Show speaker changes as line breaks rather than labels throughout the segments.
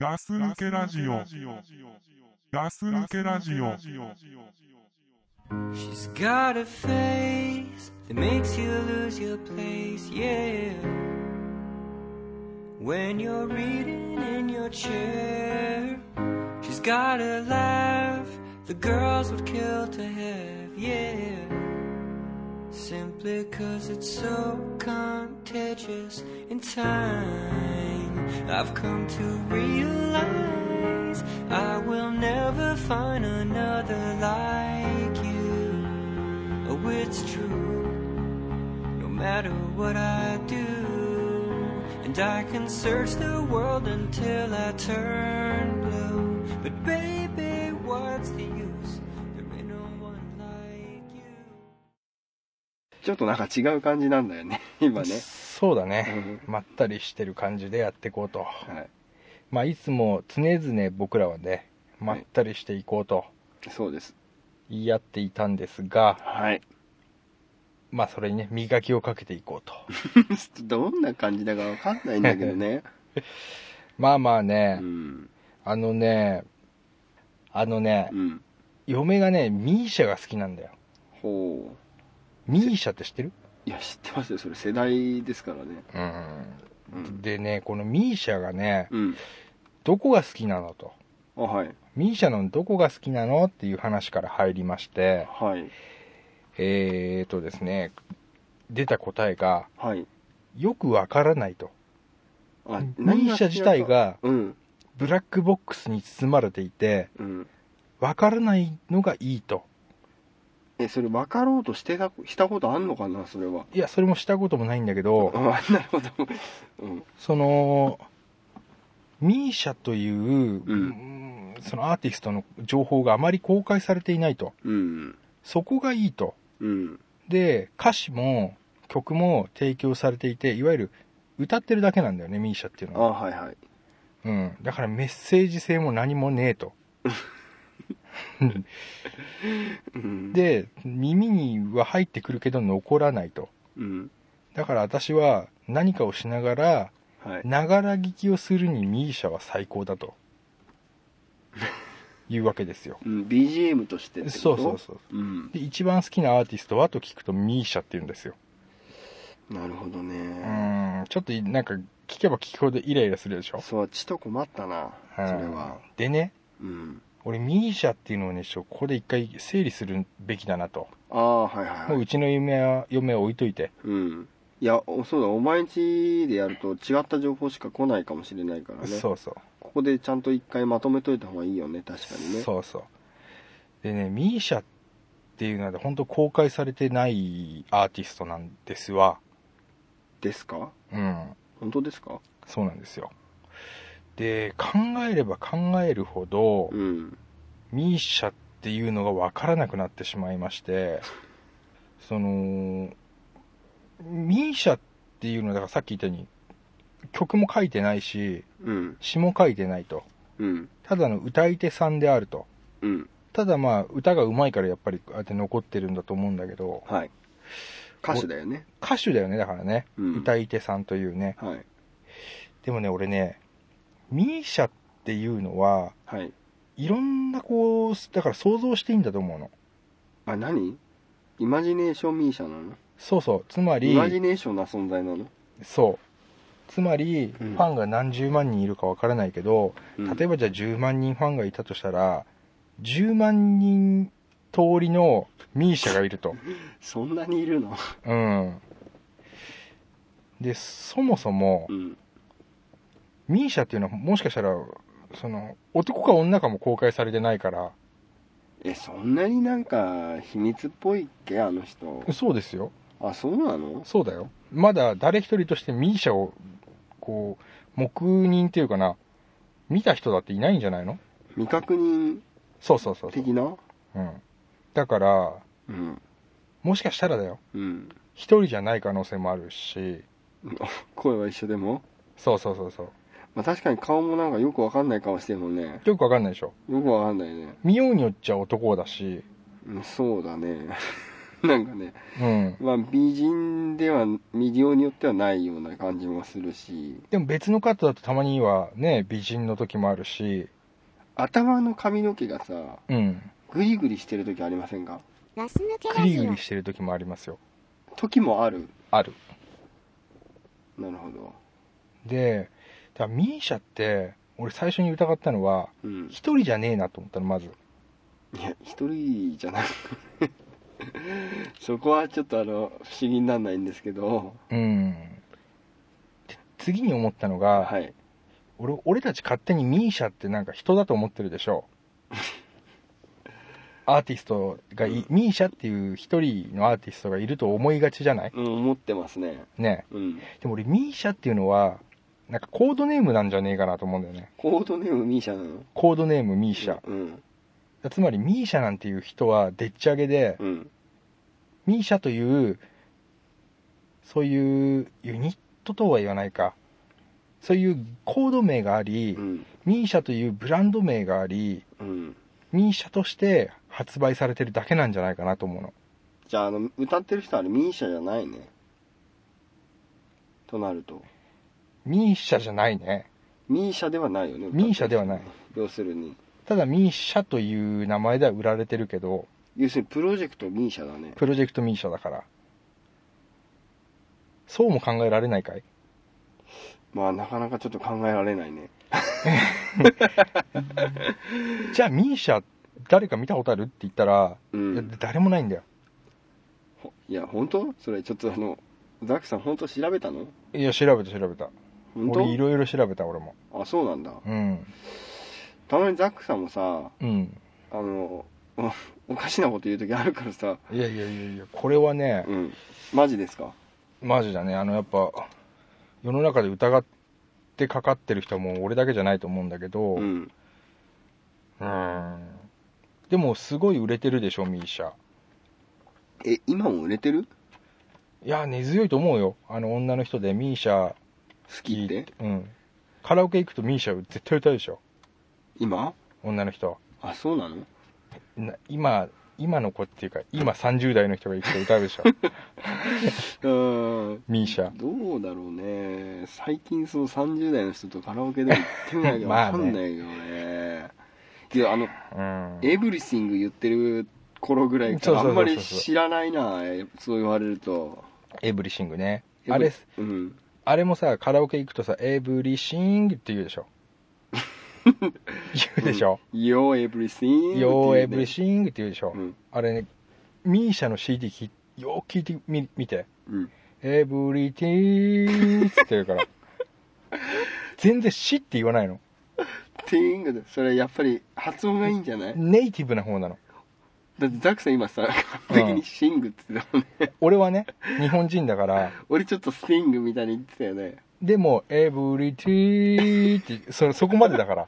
ガス抜けラジオ。ガス抜けラジオ。
She's got a face that makes you lose your place, yeah. When you're reading in your chair, she's got a laugh the girls would kill to have, yeah. Simply cause it's so contagious in time. I've come to realize I will never find another like you. Oh, it's true. No matter what I do, and I can search the world until I turn blue. But baby, what's the use? There ain't no one like you.
ちょっとなんか違う感じなんだよね、 今ね。
そうだね、まったりしてる感じでやっていこうと、
はい。
まあ、いつも常々僕らはねまったりしていこうと
そうです。
言い合っていたんですが、
はい。
まあ、それにね磨きをかけていこうと
どんな感じだかわかんないんだけどね。
まあまあ
う
ね、
ん。
あのねあのね、
うん。
嫁がねミーシャが好きなんだよ
ほう。
ミーシャって知ってる
いや、知ってますよ。それ世代ですからね。
うん
うん。
でねこのミーシャがね
うん。
どこが好きなのと
あ、はい。
ミーシャのどこが好きなのっていう話から入りまして
はい。
えーとですね出た答えが
はい。
よくわからないと
あ
ミ
何
ー
が
シャ自体が
うん。
ブラックボックスに包まれていて
うん。
わからないのがいいと
え、それ分かろうとしてた、したことあんのかな、それは。
いやそれもしたこともないんだけど
あ、なるほど。うん。
そのミーシャという、うんそのアーティストの情報があまり公開されていないと
うん。
そこがいいと
うん。
で歌詞も曲も提供されていていわゆる歌ってるだけなんだよねミーシャっていう
あ、
のは、
はいはい。
うん、だからメッセージ性も何もねえと
うん。、
で耳には入ってくるけど残らないと
うん。
だから私は何かをしながら
はい。
ながら聞きをするにミーシャは最高 だというわけですよ
うん、BGM としてってこと
そうそうそう
う。うん。
で一番好きなアーティストはと聞くとミーシャって言うんですよ
なるほど
う
ね。
んちょっとなんか聞けば聞くほどイライラするでしょ
そう、ちと困ったな、それは。
でね
うん。
俺ミーシャっていうのをねちょっとここで一回整理するべきだなと、
ああ、はいはい
もう
は
う
い。
ちの嫁は嫁は置いといて
うん。いや、おそうだ、お前んちでやると違った情報しか来ないかもしれないからね。
そうそう
ここでちゃんと一回まとめといた方がいいよね、確かにね。
そうそうでねミーシャっていうのは本当公開されてないアーティストなんですわ
ですか
うん
本当ですか
そうなんですよで考えれば考えるほど、
うん。
ミーシャっていうのが分からなくなってしまいましてそのミーシャっていうのはだからさっき言ったように曲も書いてないし
うん。
詞も書いてないと
うん。
ただの歌い手さんであると
うん。
ただまあ歌が上手いからやっぱりああやって残ってるんだと思うんだけど
はい。歌手だよね。
歌手だよねだからね、
うん
歌い手さんというね
はい。
でもね俺ねミーシャっていうのは
はい。
いろんなこうだから想像していいんだと思うの
あ、何イマジネーションミーシャなの
そうそうつま
イ
り
マジネーションな存在なの、
そうつまり、
うん
ファンが何十万人いるかわからないけど、
うん
例えばじゃあ10万人ファンがいたとしたら10万人通りのミーシャがいると
そんなにいるの
うんでそもそも
うん。
ミーシャっていうのはもしかしたらその男か女かも公開されてないから
え、そんなになんか秘密っぽいっけあの人。
そうですよ
あ、そうなの
そうだよまだ誰一人としてミーシャをこう黙認っていうかな見た人だっていないんじゃないの
未確認
そうそうそうそう、
的な
うん、だから
うん。
もしかしたらだよ
うん。
一人じゃない可能性もあるし
声は一緒でも
そうそうそうそう
まあ確かに顔もなんかよくわかんない顔してるもんね。
よくわかんないでしょ
よくわかんないね。
見ようによっちゃ男だし
うんそうだね。 なんかね、
うん。
まあ、美人では、美容によってはないような感じもするし、
でも別のカットだとたまにはね、美人の時もあるし、
頭の髪の毛がさ、
うん。
グリグリしてる時ありませんか
ガス抜け
ク
ラ
リ
ジ
グ
オ
リしてる時もありますよ。
時もある。
ある。
なるほど。
で、だからミーシャって、俺最初に疑ったのは、
うん。
一人じゃねえなと思ったの、まず。
いや、一人じゃなく そこはちょっとあの、不思議にならないんですけど、
うん。で次に思ったのが、
はい。
俺俺たち勝手にミーシャってなんか人だと思ってるで しょアーティストがい、ミーシャっていう一人のアーティストがいると思いがちじゃない
うん、思ってますね。
ね
うん。
でも俺ミーシャっていうのはなんかコードネームなんじゃねえかなと思うんだよね
コードネームミーシャなの
コードネームミーシャ
うん。
つまりミーシャなんていう人はでっち上げで
うん。
ミーシャというそういうユニットとは言わないかそういうコード名があり、
うん。
ミーシャというブランド名があり
うん。
ミーシャとして発売されてるだけなんじゃないかなと思うの。
じゃあ、あの、歌ってる人はあれミーシャじゃないね。となると。
ミーシャじゃないね。
ミーシャではないよね。
ミーシャではない。
要するに。
ただミーシャという名前では売られてるけど、
要するにプロジェクトミーシャだね。
プロジェクトミーシャだから。そうも考えられないかい
まあ、なかなかちょっと考えられないね。
じゃあミーシャ誰か見たことあるって言ったら、
う
いや
ん。
誰もないんだよ。
ほいや、本当それちょっとあの、ザックさん本当調べたの
いや、調べた調べた。
本
俺い
当
ろいろ調べた俺も。
あ、そうなんだ。
うん。
たまにザックさんもさ、
うん。
あの、 おおかしなこと言う時あるからさ、
いやいやいやいや、これはね、
うん。マジですか
マジだね。あのやっぱ、世の中で疑ってかかってる人はもう俺だけじゃないと思うんだけど、
うん。
うんでもすごい売れてるでしょミーシャ
え、今も売れてる
いや根強いと思うよあの女の人でミーシャ
好きって
うんカラオケ行くとミーシャ絶対歌うでしょ
今
女の人
あ、そうなの
な今今の子っていうか今30代の人が行くと歌うで しょ
うーん。
ミーシャ
どうだろうね。最近その30代の人とカラオケでも行ってみない と
まあ
わ
ね
かんないよね。いや、あの、
うん
エブリシング言ってる頃ぐらいから
そ
あ
うそうん
ま
そうそう
り知らないな、そう言われると。
エブリシングね
エブ
あれ
うん。
あれもさカラオケ行くとさエブリシングって言う でしょ言うでしょ、
Yo, everything.
よーエ
っていうね
ブリシングって言うでしょ、
うん
あれねミーシャの CD きよー聞いてみ見て
うん。
エブリティーンって言 うから。全然死って言わないの。
ティーングそれやっぱり発音がいいんじゃ ない
ネイティブな方なの。
だってザクさん今さ、完璧にシングって言ってたもんね。
俺はね、日本人だから、
俺ちょっとスティングみたいに言ってたよね。
でも、エブリティーって、そそこまでだから。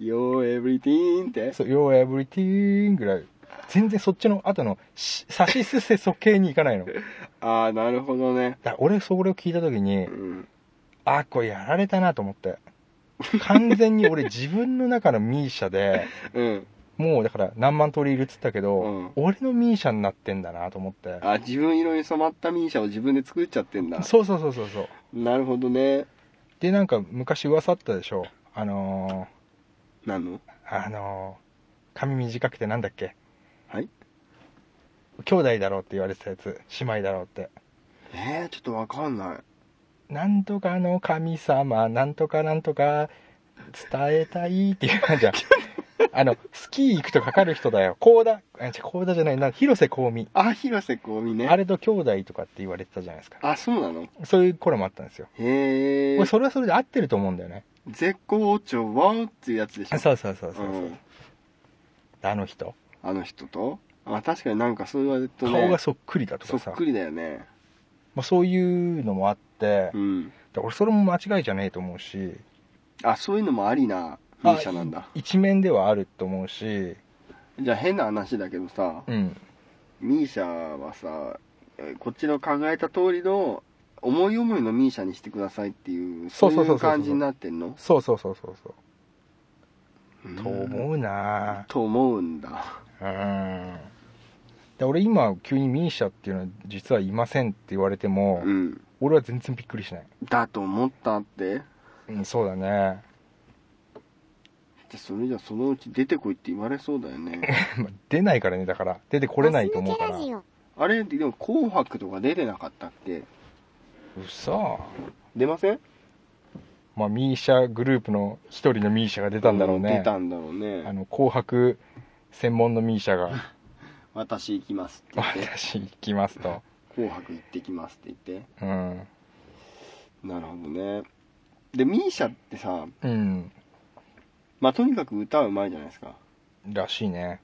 Yo, everything って。
そう、よエブリティーンぐらい。全然そっちの後の、し差しすせそ系に行かないの。だか
ああ、なるほどね。
ら俺、それを聞いた時に
う、ん。
あ、これやられたなと思って。完 全に俺自分の中のミーシャで、
うん。
もうだから何万通りいるっつったけど、
うん
俺のミーシャになってんだなと思って。
あ、自分色に染まったミーシャを自分で作っちゃってんだ。
そうそうそうそうそう
なるほどね。
でなんか昔噂あったでしょあの
なの
ー、あのー、髪短くてなんだっけ
はい
兄弟だろうって言われてたやつ姉妹だろうって
えー、ちょっとわかんない。
なんとかの神様なんとかなんとか伝えたいっていう感じ じゃんあのスキー行くとかかる人だよ高田あ違う高田じゃないな広瀬香美
あ、広瀬香美ね。
あれと兄弟とかって言われてたじゃないですか
あ、そうなの
そういう頃もあったんですよ
へえ
俺。それはそれで合ってると思うんだよね
絶好調はっていうやつでしょ。
そうそうそうそう、
う
うんあの人
あの人とあ、確かになんかそう言われるとね。
顔がそっくりだと
そ
か
っ
さ
くりだよね。
まあ、そういうのもあって、
うん。
俺それも間違いじゃねえと思うし
あ、そういうのもありな、ミーシャなんだ
あ。い一面ではあると思うし、
じゃあ変な話だけどさ、
うん、
ミーシャはさ、えーこっちの考えた通りの、思い思いのミーシャにしてくださいっていう、そ
そ
うう
そう
い
そうそう
う感じになってんの
そうそうそうそうそううんと思うな
と思うんだ。
うんで俺今急にミーシャっていうのは実はいませんって言われても、
うん。
俺は全然びっくりしない、
だと思ったって。
うん、そうだね
じゃ、それじゃそのうち出てこいって言われそうだよ ね。
まあ出ないからねだから出てこれないと思うから
ガス抜けラジオ
あれ、でも紅白とか出てなかったっけ
うそ
出ません
まあミーシャグループの一人のミーシャが出たんだろうね
出たんだろう
あ
ね。
の紅白専門のミーシャが
私行きますって 言って、
私行きますと
紅白行ってきますって言って。
うん
なるほどね。で、ミーシャってさ、
うん
まあ、とにかく歌うまいじゃないですか。
らしいね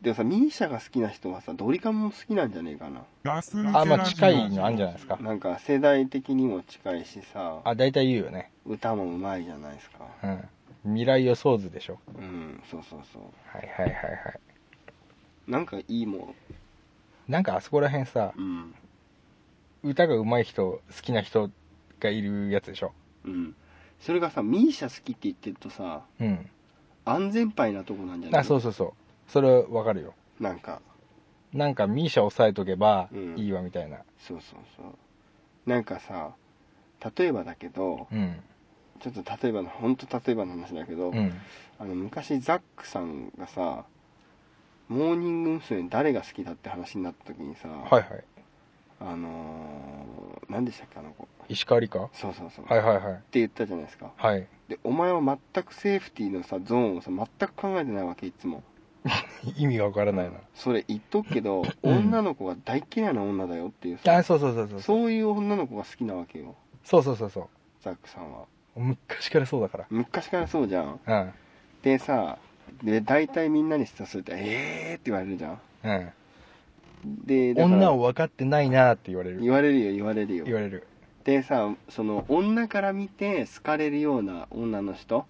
でもさ、ミーシャが好きな人はさ、ドリカムも好きなんじゃねえかな。
ガス抜けラジオ
あまあ近いのあるんじゃないですか
なんか世代的にも近いしさ、
あ大体言うよね
歌もうまいじゃないですか。
うん未来予想図でしょ
うん、そうそうそう。
はいはいはいはい
なんかいいもん。
なんかあそこら辺さ
うん。
歌が上手い人好きな人がいるやつでしょ
うん。それがさ、ミーシャ好きって言ってるとさ、
うん
安全牌なとこなんじゃない
あそうそうそうそれわかるよ
なんか、
なんかミーシャ押さえとけば
うん
いいわみたいな
そうそうそう。なんかさ、例えばだけど、
うん
ちょっと例えばの、ほんと例えばの話だけど、
うん
あの昔ザックさんがさモーニング娘。誰が好きだって話になった時にさ、
はいはい
あのー、何でしたっけあの子
石川理香は
そうそうそう、
い
っ
はいはい
て言ったじゃないですか
はい
でお前は全くセーフティーのさゾーンをさ全く考えてないわけいつも
意味がわからないな
それ言っとくけど、
うん
女の子が大嫌いな女だよっていう
あ
さ
そうそうそうそうそう
そういう女の子が好きなわけよ
そうそうそうそ
ザックさんは
う昔からそうだか
昔からそうじゃん
らうん
でさで大体みんなに質問すると「えー!」って言われるじゃん
うん
でだから
女を分かってないなって言われ
言
る
われるよ言われるよ
言われる
でさその女から見て好かれるような女の人っ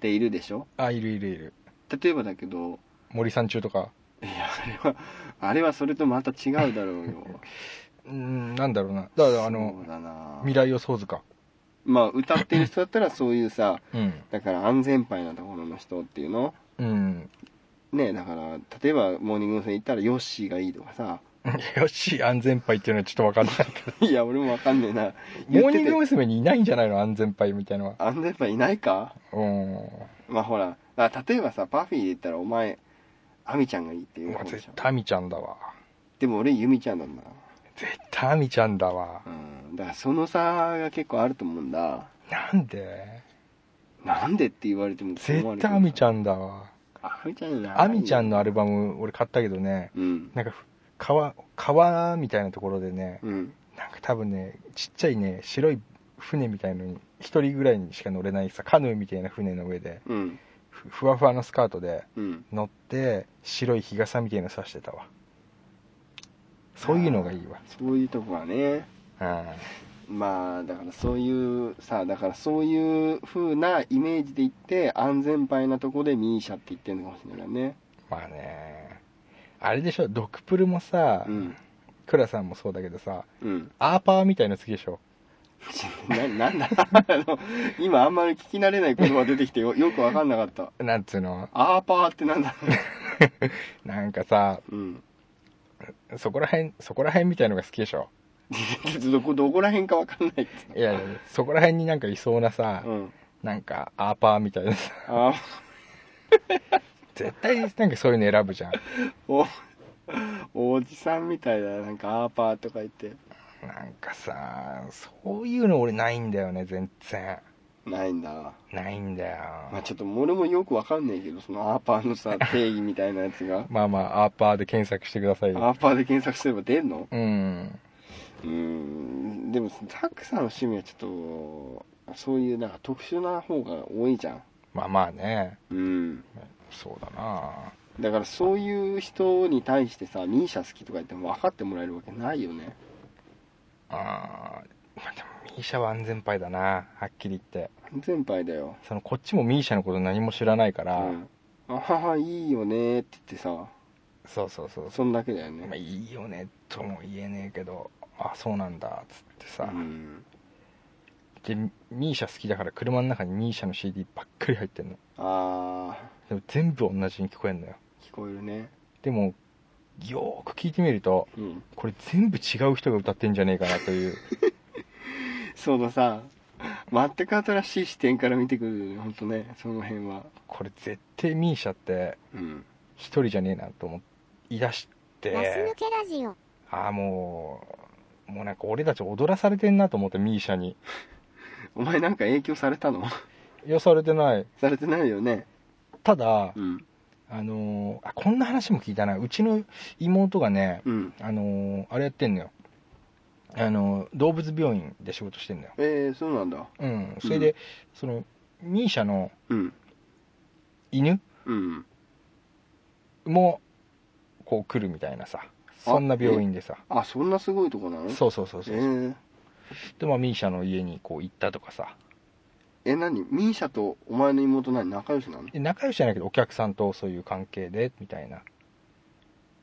ているでしょ
あいるいるいる
例えばだけど
森さん中とか
いやあれはあれはそれとまた違うだろうよ
うんなんだろうな だからあの
そうだな
未来予想図か
まあ歌ってる人だったらそういうさ
うん
だから安全牌なところの人っていうの
うん
ねだから例えばモーニング娘。行ったらヨッシーがいいとかさ
よし安全牌っていうのはちょっと分かん ないけ
いや俺もわかんねえな
ど
言
モ
っ
ーニ
て
ン
て
グ娘。にいないんじゃないの安全牌みたいのは
安全牌いないか
うん
まあほらだから例えばさパフィーで言ったらお前アミちゃんがいいっていう方でし
絶
ょ
対アミちゃんだわ
でも俺ユミちゃんなんだな
絶対アミちゃんだわ
うんだからその差が結構あると思うんだ
なんで
なんでって言われても
絶対アミち
ゃん
ゃんだわ
アミちゃんじゃない
アミちゃんのアルバム俺買ったけどね
うん
なんか川川みたいなところでね
うん
なんか多分ねちっちゃいね白い船みたいのに一人ぐらいにしか乗れないさカヌーみたいな船の上で
うん
ふふわふわのスカートで
うん
乗って白い日傘みたいのさしてたわそういうのがいいわ
そういうとこはね
あ
まあだからそういうさだからそういう風なイメージで言って安全牌なとこでミーシャって言ってるのかもしれないからね
まあねあれでしょドクプルもさ、
うん
クラさんもそうだけどさ
うん
アーパーみたいな好きでしょ
ななんだあの今あんまり聞き慣れない言葉出てきてよよく分かんなかった
なんつうの
アーパーってなんだろ
なんかさ
ううん
そこら辺そこら辺みたいのが好きでしょ
どこどこら辺か分かんないって
いやいやそこら辺になんかいそうなさ、
うん
なんかアーパーみたいなさ
あ
絶対なんかそういうの選ぶじゃん
おおじさんみたいだななんかアーパーとか言って
なんかさそういうの俺ないんだよね全然
ないんだな、
ないんだよ
まあ、ちょっと俺もよくわかんないけどそのアーパーのさ定義みたいなやつが
まあまあアーパーで検索してくださいよ
アーパーで検索すれば出んの
うん
うーんでもザックさんの趣味はちょっとそういうなんか特殊な方が多いじゃん
まあまあね
うん
そうだな
だからそういう人に対してさミーシャ好きとか言っても分かってもらえるわけないよね
あーまあでもミーシャは安全牌だなはっきり言って
全敗だよ
そのこっちもミーシャのこと何も知らないから、
うんあははいいよねって言ってさ
そうそうそうそ
そんだけだよね
う、まあ、いいよねとも言えねえけどあそうなんだっつってさ、
うん、
でミーシャ好きだから車の中にミーシャの CD ばっかり入ってんの
ああ
でも全部同じに聞こえんのよ
聞こえるね
でもよーく聞いてみると、
うん、
これ全部違う人が歌ってんじゃねえかなという。
そのさ全く新しい視点から見てくる本当ねその辺は
これ絶対ミーシャって
うん
一人じゃねえなと思い出し
ガス抜
て、
けラジオ。
ああ、もう、もうなんか俺たち踊らされてんなと思ってミーシャに。
お前なんか影響されたの
いや、されてない。
されてないよね
ただ、
うん
あのーあ、こんな話も聞いたな。うちの妹がね、
うん
あのーあれやってんのよ。あのー動物病院で仕事してんのよ。
えー、そうなんだ
うん。それで、その、ミーシャの
うん
犬
うん
もこう来るみたいなさそんな病院でさ
あそんなすごいとこなの
そうそうそうそう、
えー、
でまあミーシャの家にこう行ったとかさ
え何ミーシャとお前の妹何仲良しなの
で仲良しじゃないけどお客さんとそういう関係でみたいな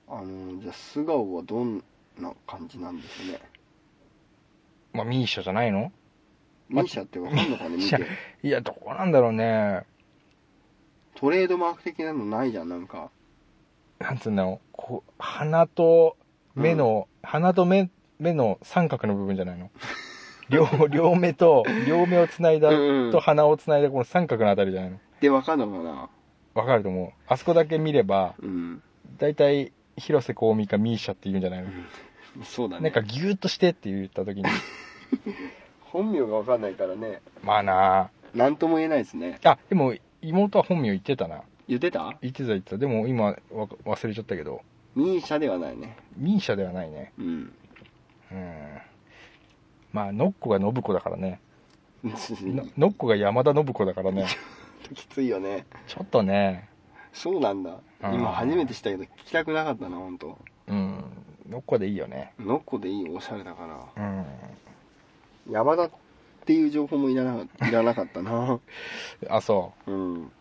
あのじゃあ素顔はどんな感じなんですね
まあミーシャじゃないの
ミーシャってわかんのかね
ミー
見
シャ
て
いやどうなんだろうね
トレードマーク的なのないじゃんなんか
なんつうんだろうこう鼻と目の、鼻と目目の三角の部分じゃないの両両目と両目をつないだ
うん
と鼻をつないだこの三角のあたりじゃないの
でわかんのかな
わかると思うあそこだけ見れば
うん
大体広瀬香美かミーシャっていうんじゃないの
そうだ
な
ね
んかギューッとしてって言った時に、
本名がわかんないからね
まあな
何とも言えないですね
あ、あでも妹は本名言ってたな。
言ってた
言ってた言ってた。でも今わ忘れちゃったけど、
ミーシャではないね
ミーシャではないね。
うん
うん。まあ、ノッコが信子だからね。の
き
ノッコが山田信子だからね。
ついよね
ちょっとね、
そうなんだ
うん
今初めて知ったけど聞きたくなかったな本当。
うん、ノッコでいいよね。
ノッコでいいおしゃれだから
うん。
山田っていう情報もいらないらなかった な
あ、そ
うん
う。うん。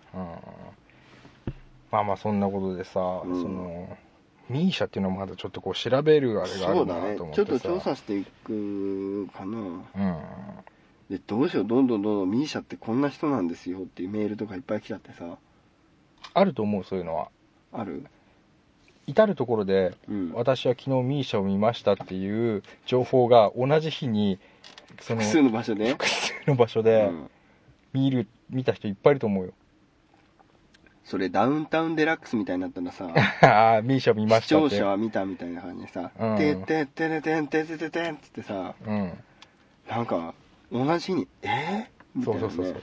まあまあ、そんなことでさ、
うん
その、ミーシャっていうのもまだちょっとこう調べるあれがあ
そ
る
うだ
な
ね
と思ってさ。
ちょっと調査していくかな
うん。
でどうしようどんどんどんどんミーシャってこんな人なんですよっていうメールとかいっぱい来ちゃってさ
あると思うそういうのは
ある
至る所で
うん
私は昨日ミーシャを見ましたっていう情報が同じ日にその
複数の場所で、
複数の場所
う
で
ん、
見る、見た人いっぱいいると思うよ
それダウンタウンデラックスみたいになったらさ
ああミーシャ見ま
視
したっ
聴
て
者は見たみたいな感じでさ
う
「
ん
てってってれてんてってててん」っつってさ
うん
なんか同じに「えー、みた
そ
いうな、ね、
そうそう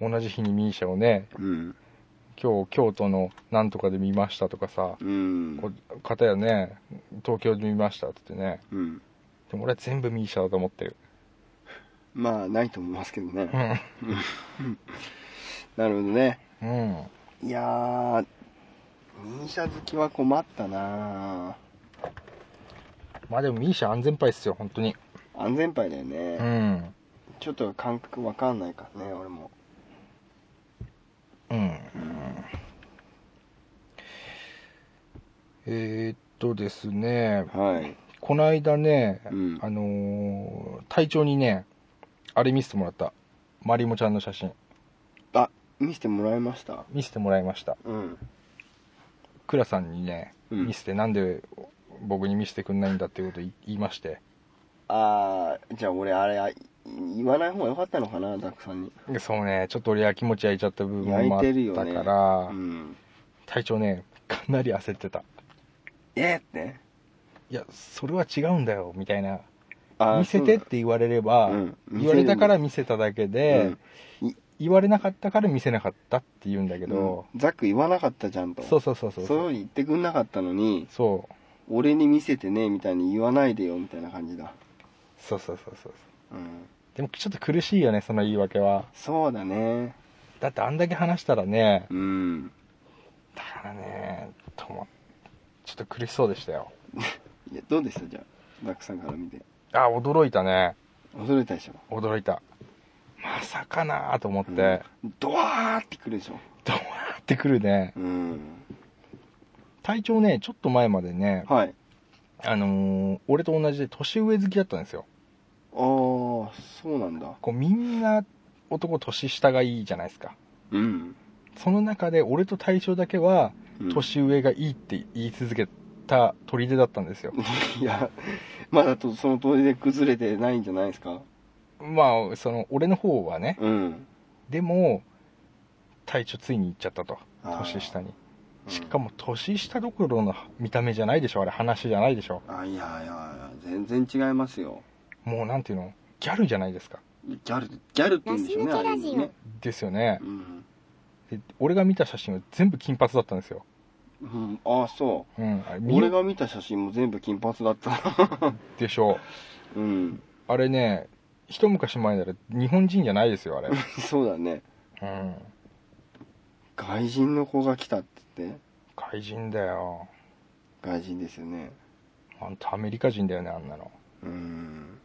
そう同じ日にミーシャをね
うん
今日京都のなんとかで見ましたとかさ
うん
こう片やね東京で見ましたって言ってね
うん
でも俺は全部ミーシャだと思ってる
まあないと思いますけどね
うん
なるほどね
うん
いやーミーシャ好きは困ったな
まあでもミーシャ安全牌っすよ本当に
安全牌だよね、
うん
ちょっと感覚わかんないからね俺も
うん。えーっとですね、
はい
この間ね、
うん
あのー隊長にね、あれ見せてもらった。まりもちゃんの写真、
あ見せてもらいました
見せてもらいました。
うん
倉さんにね、
うん
見せて、なんで僕に見せてくんないんだっていうことを言言いまして、
ああじゃあ俺あれあい言わない方が良かったのかなザックさんに
そうね、ちょっと俺は気持ち焼いちゃった部分もあっ
焼いてるよ
た
ね
から、
うん
隊長ね、かなり焦ってた。
えーって
いや、それは違うんだよ、みたいな。
あー
見せてっ
そう
て言われれば、
うん
言われたから見せただけで、
うんい
言われなかったから見せなかったって言うんだけ
だうん
ど、
ザック言わなかったじゃんと
そうそうそうそう
そういうの言ってくんなかったのに
そう
俺に見せてねみたいに言わないでよみたいな感じだ
そうそうそうそう
うん
でもちょっと苦しいよねその言い訳は
そうだね
だってあんだけ話したらね
うん
だからねともちょっと苦しそうでしたよ
いやどうでしたじゃあザックさんから見て
あ驚いたね
恐れたでしょ
驚いたまさかなーと思って、
うんドワーってくるでしょ
どうやってくるね
うん
体調ねちょっと前までね
はい
あのー俺と同じで年上好きだったんですよ
ああそうなんだ
こうみんな男年下がいいじゃないですか
うん、
その中で俺と隊長だけは
うん
年上がいいって言い続けた砦だったんですよ。
いや、まだとその通りで崩れてないんじゃないですか。
まあ、その、俺の方はね、
うん。
でも、隊長ついに行っちゃったと。
あー
年下に。
うん
しかも、年下どころの見た目じゃないでしょ、あれ、話じゃないでしょ。
あ、いやいや、全然違いますよ。
もう、なんていうの、ギャルじゃないですか。
ギャル、ギャルって言うんでしょうね、
ガ
あ
ス抜け
れ
ラジオ
ね。
ですよね
う。ん。
で俺が見た写真は全部金髪だったんですよ。
うん、ああ、そ
うん。あれ
う。
見
俺
る
が見た写真も全部金髪だった。
でしょ。
うん。
あれね、一昔前なら日本人じゃないですよ、あれ。
そうだね。
うん。
外人の子が来たって言って。
外人だよ。
外人ですよね。
あんたアメリカ人だよね、あんなの。
うん。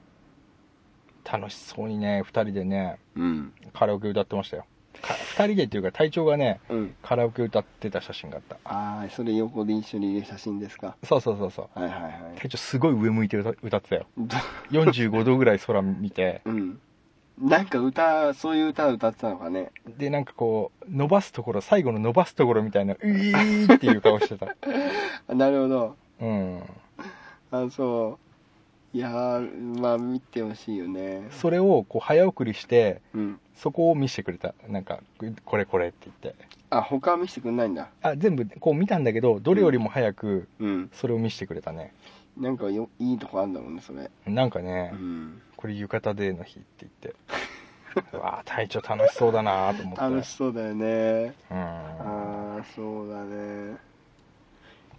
楽しそうにね、二人でね、
うん。
カラオケ歌ってましたよ。か二人でっていうか、隊長がね、
うん。
カラオケ歌ってた写真があった。
ああ、それ横で一緒にいる写真ですか。
そうそうそうそう。
はいはいはい
隊長すごい上向いて歌歌ってたよ。
ど。
45度ぐらい空見て、
うん。なんか歌、そういう歌歌ってたのかね。
で、なんかこう、伸ばすところ、最後の伸ばすところみたいな、ういーっていう顔してた。
あなるほど。
うん。
あ、そう。いやー、まあ見てほしいよね。
それをこう早送りして、
うん。
そこを見せてくれた。なんか、これこれって言って。
あ、他は見せてくんないんだ。
あ、全部こう見たんだけど、どれよりも早く
うん。
それを見せてくれたね。
なんかよ、いいとこあるんだろうね、それ。
なんかね
う、ん。
これ浴衣デーの日って 言って。うわあ隊長楽しそうだなーと思って。
楽しそうだよね。
うん。
ああ、そうだね。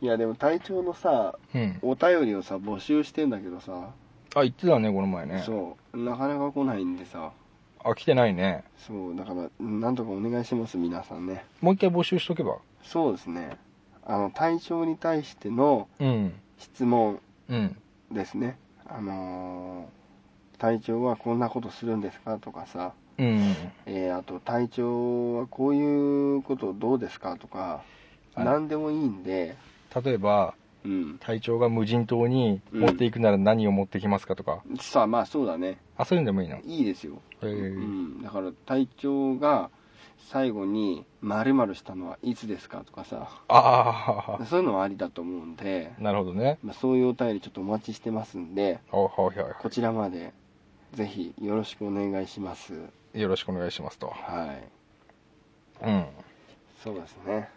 いや、でも隊長のさ、
うん。
お便りをさ、募集してんだけどさ、
あ、言ってたね、この前ね。
そう、なかなか来ないんでさ、
あ、来てないね。
そう、だから、なんとかお願いします、皆さんね。
もう一回募集しとけば。
そうですね。あの、対象に対しての
うん。
質問
うん。
ですね。あのー、体調はこんなことするんですかとかさ、
うん。
えーあと体調はこういうことどうですかとか、
はい
何でもいいんで、
例えば、
うん。
隊長が無人島に持っていくなら何を持ってきますかとか。
さあ、まあそうだね。
あ、そういうのでもいいのへ
いいですよ。
え
うん。だから体調が最後に〇〇したのはいつですかとかさ、
あ
そういうのはありだと思うんで、
あ、なるほどね。
まあ、そういうお便りちょっとお待ちしてますんで、
おはいはいは
こちらまでぜひよろしくお願いします。
い。よろしくお願いしますと。
はい。
うん。
そうですね。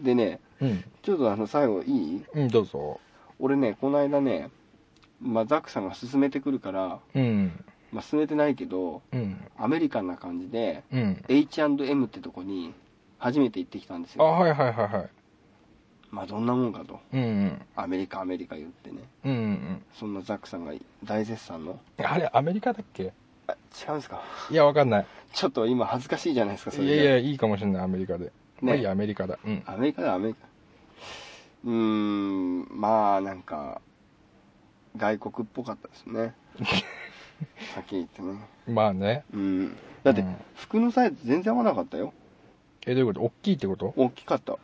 でね、
うん。
ちょっとあの最後いい
うん、どうぞ。
俺ね、この間ね、まあ、ザックさんが勧めてくるから、
うん。
まあ、勧めてないけど、
うん。
アメリカンな感じで、
うん。
H&M ってとこに初めて行ってきたんです
あ、
よ。
はいはいはいはい。
まあ、どんなもんかと。
うんうん。
アメリカ、アメリカ言ってね。
うんうん
そんなザックさんが大絶賛の。
うん。 あれ、アメリカだっけ
あ、違うんですか
いや、わかんない。
ちょっと今恥ずかしいじゃないですか、そ
い
れ
やい
で
や、いいかもしれない、アメリカで。まあいいや、アメリカだ。うん。
アメリカだアメリカうーんまあなんか外国っぽかったです ねはっきり言ってね
まあね。
うんだって
うん
服のサイズ全然合わなかったよ
え、どういうこと大きいってこと
大きかった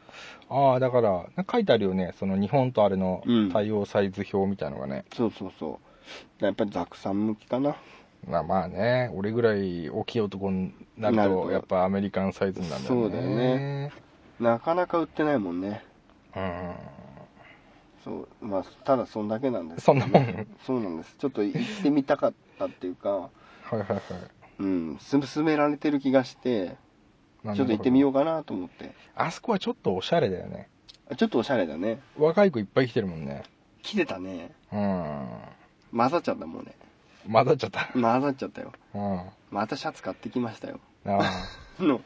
ああ、だから、なんか書いてあるよね。その日本とあれの
うん
対応サイズ表みたいのがね。
そうそうそうやっぱりザクさん向きかな
まあまあね、俺ぐらい大きい男になる
なる
と、
と
やっぱアメリカンサイズになるんだよね。
そうだよね。なかなか売ってないもんねそうまあただそんだけなん
うん。
です
そんなもん。はい
そうなんですちょっと行ってみたかったっていうか
はいはい。
うん勧められてる気がしてちょっと行ってみよ
う。
うかなと思って
あそこはちょっとおしゃれだよね。
あちょっとおしゃれだね
若い子いっぱい来てるもんね。
来てたね
うん。
混ざっちゃったもんね
混ざっちゃった。
混ざっちゃったよ
うん。
またシャツ買ってきましたよ
あ
の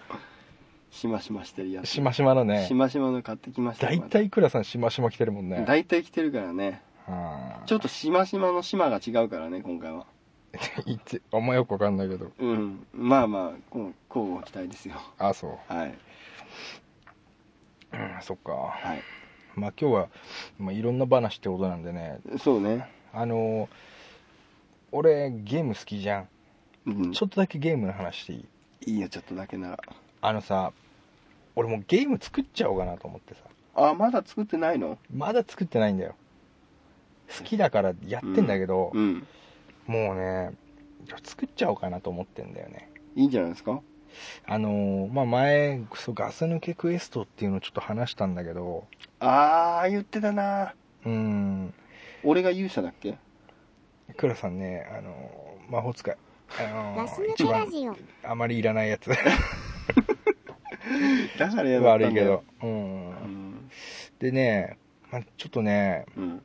しましましてるや
あ、
つ
しましまだね
し。ましまの買ってきました
大
よ
体クラさんしましま来てるもん
また
ね。
大体着てるからね
うん
ちょっとしましまの島が違うからね今回はい
つ、あんまよくわかんないけど。
うんまあまあこう交互期待ですよ
あ、そう。
はい
うん、そっか。
はい
まあ今日は、まあ、いろんな話ってことなんでね。
そうね、
あのー俺ゲーム好きじゃん。
うん、
ちょっとだけゲームの話していい
いいよちょっとだけなら
あのさ、俺もうゲーム作っちゃおうかなと思ってさ。
あまだ作ってないの
まだ作ってないんだよ。好きだからやってんだけど、
うん
もうね、作っちゃおうかなと思ってんだよね。
いいんじゃないですか
あのーまあ、前、そうガス抜けクエストっていうのをちょっと話したんだけど、
あー言ってたな
うん。
俺が勇者だっけ
倉さんね、あの、魔法使い。あの
ガス抜
一
けラ
番、
ジオ。
あまりいらないや つ。
だからやだった
悪
ん
い
だ
けど
よ。。
うん
う。ん。
でね、まあ、ちょっとね、
うん。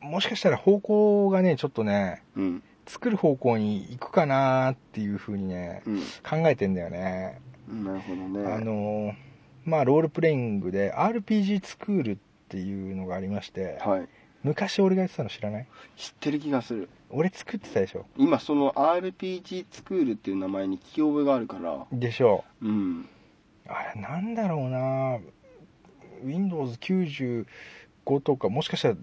もしかしたら方向がね、ちょっとね、
うん。
作る方向に行くかなーっていう風にね、考えてんだよね。
うん。なるほどね。
あの、まあ、ロールプレイングで RPG スクールっていうのがありまして、
はい。
昔俺がやってたの知らない
知ってる気がする。
俺作ってたでしょ
今その RPG スクールっていう名前に聞き覚えがあるから、
でしょ
うん。
あれなんだろうな Windows95 とかもしかしたら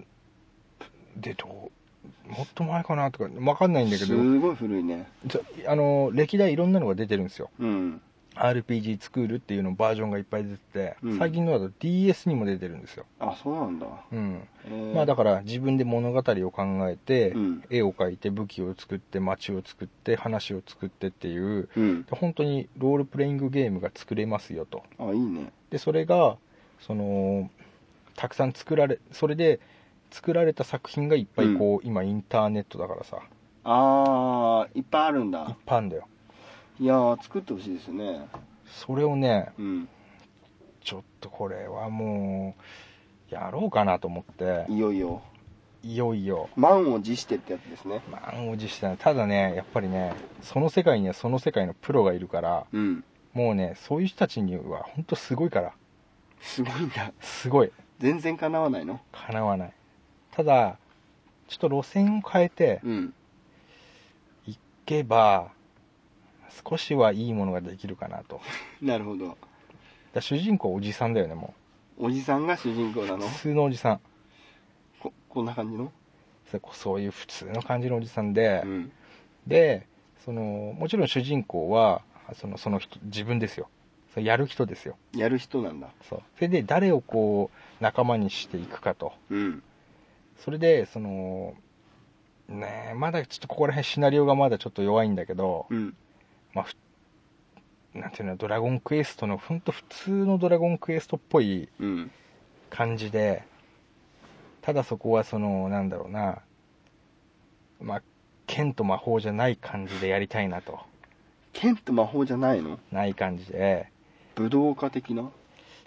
でどうもっと前かなとかわかんないんだけど
すごい古いね。
ちょあの歴代いろんなのが出てるんですよ
うん。
RPG スクールっていうのバージョンがいっぱい出てて、
うん
最近のだと DS にも出てるんですよ、
あ、そうなんだ。
うん
えー
まあだから自分で物語を考えて、
うん。
絵を描いて武器を作って街を作って話を作ってっていう
うん。
本当にロールプレイングゲームが作れますよと
あ、いいね。
でそれがそのたくさん作られそれで作られた作品がいっぱいこう、今インターネットだからさ
あー、いっぱいあるん
いっ
だ。
ぱいあんだよ
いやー、作ってほしいですね。
それをね
うん。
ちょっとこれはもうやろうかなと思って
いよいよ。
いよいよ
満を持してってやつですね。
満を持したなただねやっぱりねその世界にはその世界のプロがいるから
うん。
もうねそういう人たちには本当すごいから
すごいんだ。
すごい
全然叶わないの
かなわないただちょっと路線を変えて
うん。
いけば少しはいいものができるかなとだか
なるほど。
ら主人公はおじさんだよねも
おじさんが主人公な
う
の
普通のおじさん
こ、こんな感じの
そうそういう普通の感じのおじさんで、
うん。
でそのもちろん主人公はそのその人自分ですよそうやる人ですよ
やる人なんだ。
そうそれで誰をこう仲間にしていくかと
うん。
それでそのねえまだちょっとここら辺シナリオがまだちょっと弱いんだけど、
うん。
まあふなんていうのドラゴンクエストのほんと普通のドラゴンクエストっぽい
うん。
感じでただそこはそのなんだろうなまあ剣と魔法じゃない感じでやりたいなと
剣と魔法じゃないの
ない感じで
武道家的な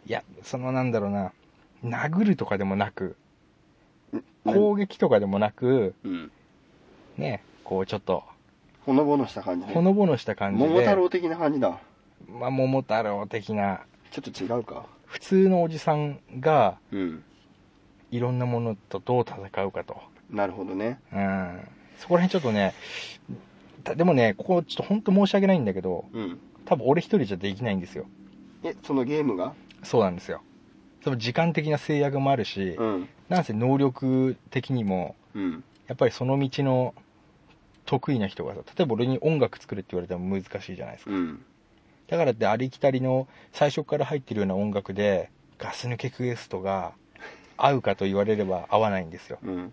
い
やそのなんだろうな殴るとかでもなく
うん
攻撃とかでもなく
うん。
ねこうちょっと
ほのぼのした感じね
ほのぼのした感じで
桃太郎的な感じだ。
まあ、桃太郎的な
ちょっと違うか。
普通のおじさんが
うん。
いろんなものとどう戦うかと、
なるほどね。
うん、そこら辺ちょっとねたでもねここちょっと本当申し訳ないんだけど
うん。
多分俺一人じゃできないんですよ
え、そのゲームが
そうなんですよその時間的な制約もあるし、
うん。
なんせ能力的にも
うん。
やっぱりその道の得意な人がさ例えば俺に音楽作れって言われても難しいじゃないですか
うん。
だからってありきたりの最初から入ってるような音楽でガス抜けクエストが合うかと言われれば合わないんですよ
うん。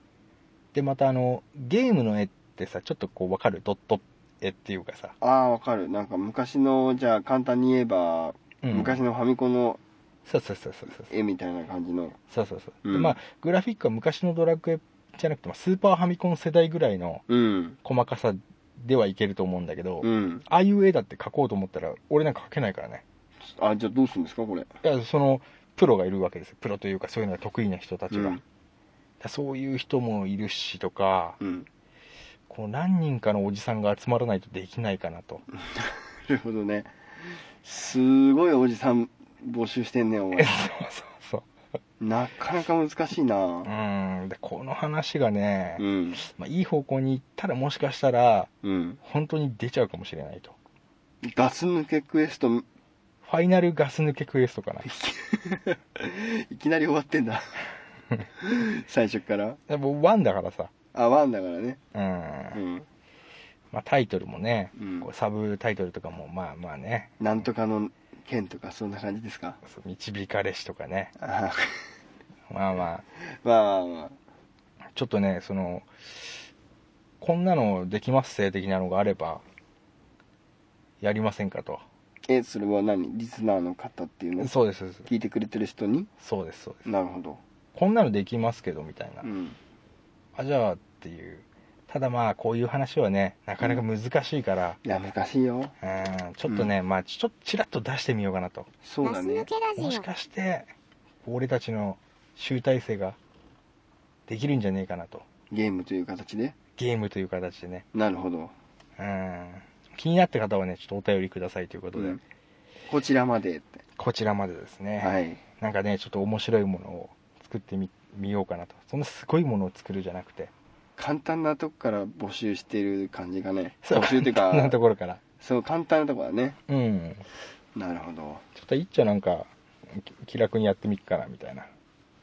でまたあのゲームの絵ってさちょっとこう分かるドット絵っていうかさ、
ああ、わかる。なんか昔の、じゃあ簡単に言えば、
うん
昔のファミコンの
そうそうそうそうそう
絵みたいな感じの。
そうそうそう、
うん
でまあグラフィックは昔のドラクエじゃなくてまあスーパーファミコン世代ぐらいの
うん。
細かさではいけると思うんだけど、
うん。
ああいう絵だって描こうと思ったら俺なんか描けないからね
あ、じゃあどうするんですか、これ。
いやそのプロがいるわけですよプロというかそういうのが得意な人たちが、
う
だ
ん
からそういう人もいるしとか
うん。
こう何人かのおじさんが集まらないとできないかなと
なるほどね。すごいおじさん募集してんねお
そう
前。
そうそう
なかなか難しいな
う。んでこの話がね、
うん。
まあ、いい方向に行ったらもしかしたら
うん。
本当に出ちゃうかもしれないと
ガス抜けクエスト、
ファイナルガス抜けクエストかな
いきなり終わって んだ。最初から。
でも1だからさ
あ、ワンだからね。
うん、
うん。
まあ、タイトルもね、
うん
こうサブタイトルとかもまあまあね
なんとかの剣とか、そんな感じです か。
そう導かれしとかね
あ
まあまあ
まあまあまあ。
ちょっとね、その、こんなのできます性的なのがあれば、やりませんかと。
え、それは何リスナーの方っていうの
そうです、そうです
聞いてくれてる人に
そうです、そうです。
なるほど。
こんなのできますけどみたいな、
うん
あじゃあっていうただまあこういう話はねなかなか難しいから、
いや難しいよ
うん、ちょっとね、まあちょっとちらっと出してみようかなと
そうだね
抜けラ
も
ジ
し
オ。
かして俺たちの集大成ができるんじゃねえかなと
ゲームという形で
ゲームという形でね
なるほど、
うん気になった方はねちょっとお便りくださいということで、
うんこちらまでって
こちらまでですね、
はい
なんかねちょっと面白いものを作ってみみようかなとそんなすごいものを作るじゃなくて
簡単なとこから募集してる感じがね
そう
募集っていう
こんな
か
ところから
そう簡単なとこだね
うん
なるほど
ちょっと一丁なんかき気楽にやってみっからみたいな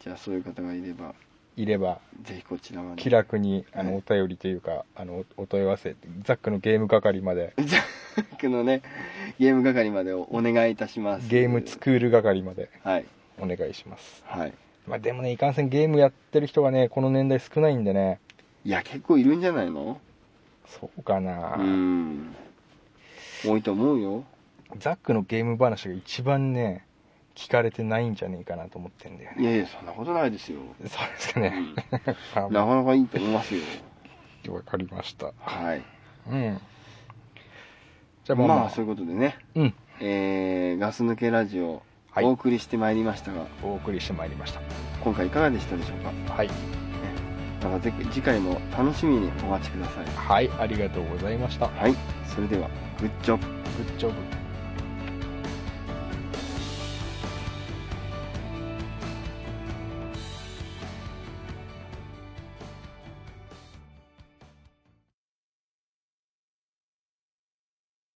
じゃあそういう方がいれば
いれば
ぜひこちらまで
気楽にあの
は
お
い
便りというかあのおお問い合わせザックのゲーム係まで
ジャックのねゲーム係までお願いいたします
ゲームスクール係まで
はい
お願いします、
はい
まあ、でもねいかんせんゲームやってる人がねこの年代少ないんでね
いや結構いるんじゃないの
そうかな、
うん多いと思うよ
ザックのゲーム話が一番ね聞かれてないんじゃねえかなと思ってんだよね
いやいやそんなことないですよ、
そうですか
う
ね
ん、なかなかいいと思いますよ
わかりました
はい
うんじゃあま
ま
あ
あ、
まあ、
そういうことでね
うん
えーガス抜けラジオ
はい
お送りしてまいりましたが、
お送りしてまいりまし
今回いかがでしたでしょうか
たはい
またぜ次回も楽しみにお待ちください
はいありがとうございました
はいそれではグッジョブ
グッジョブ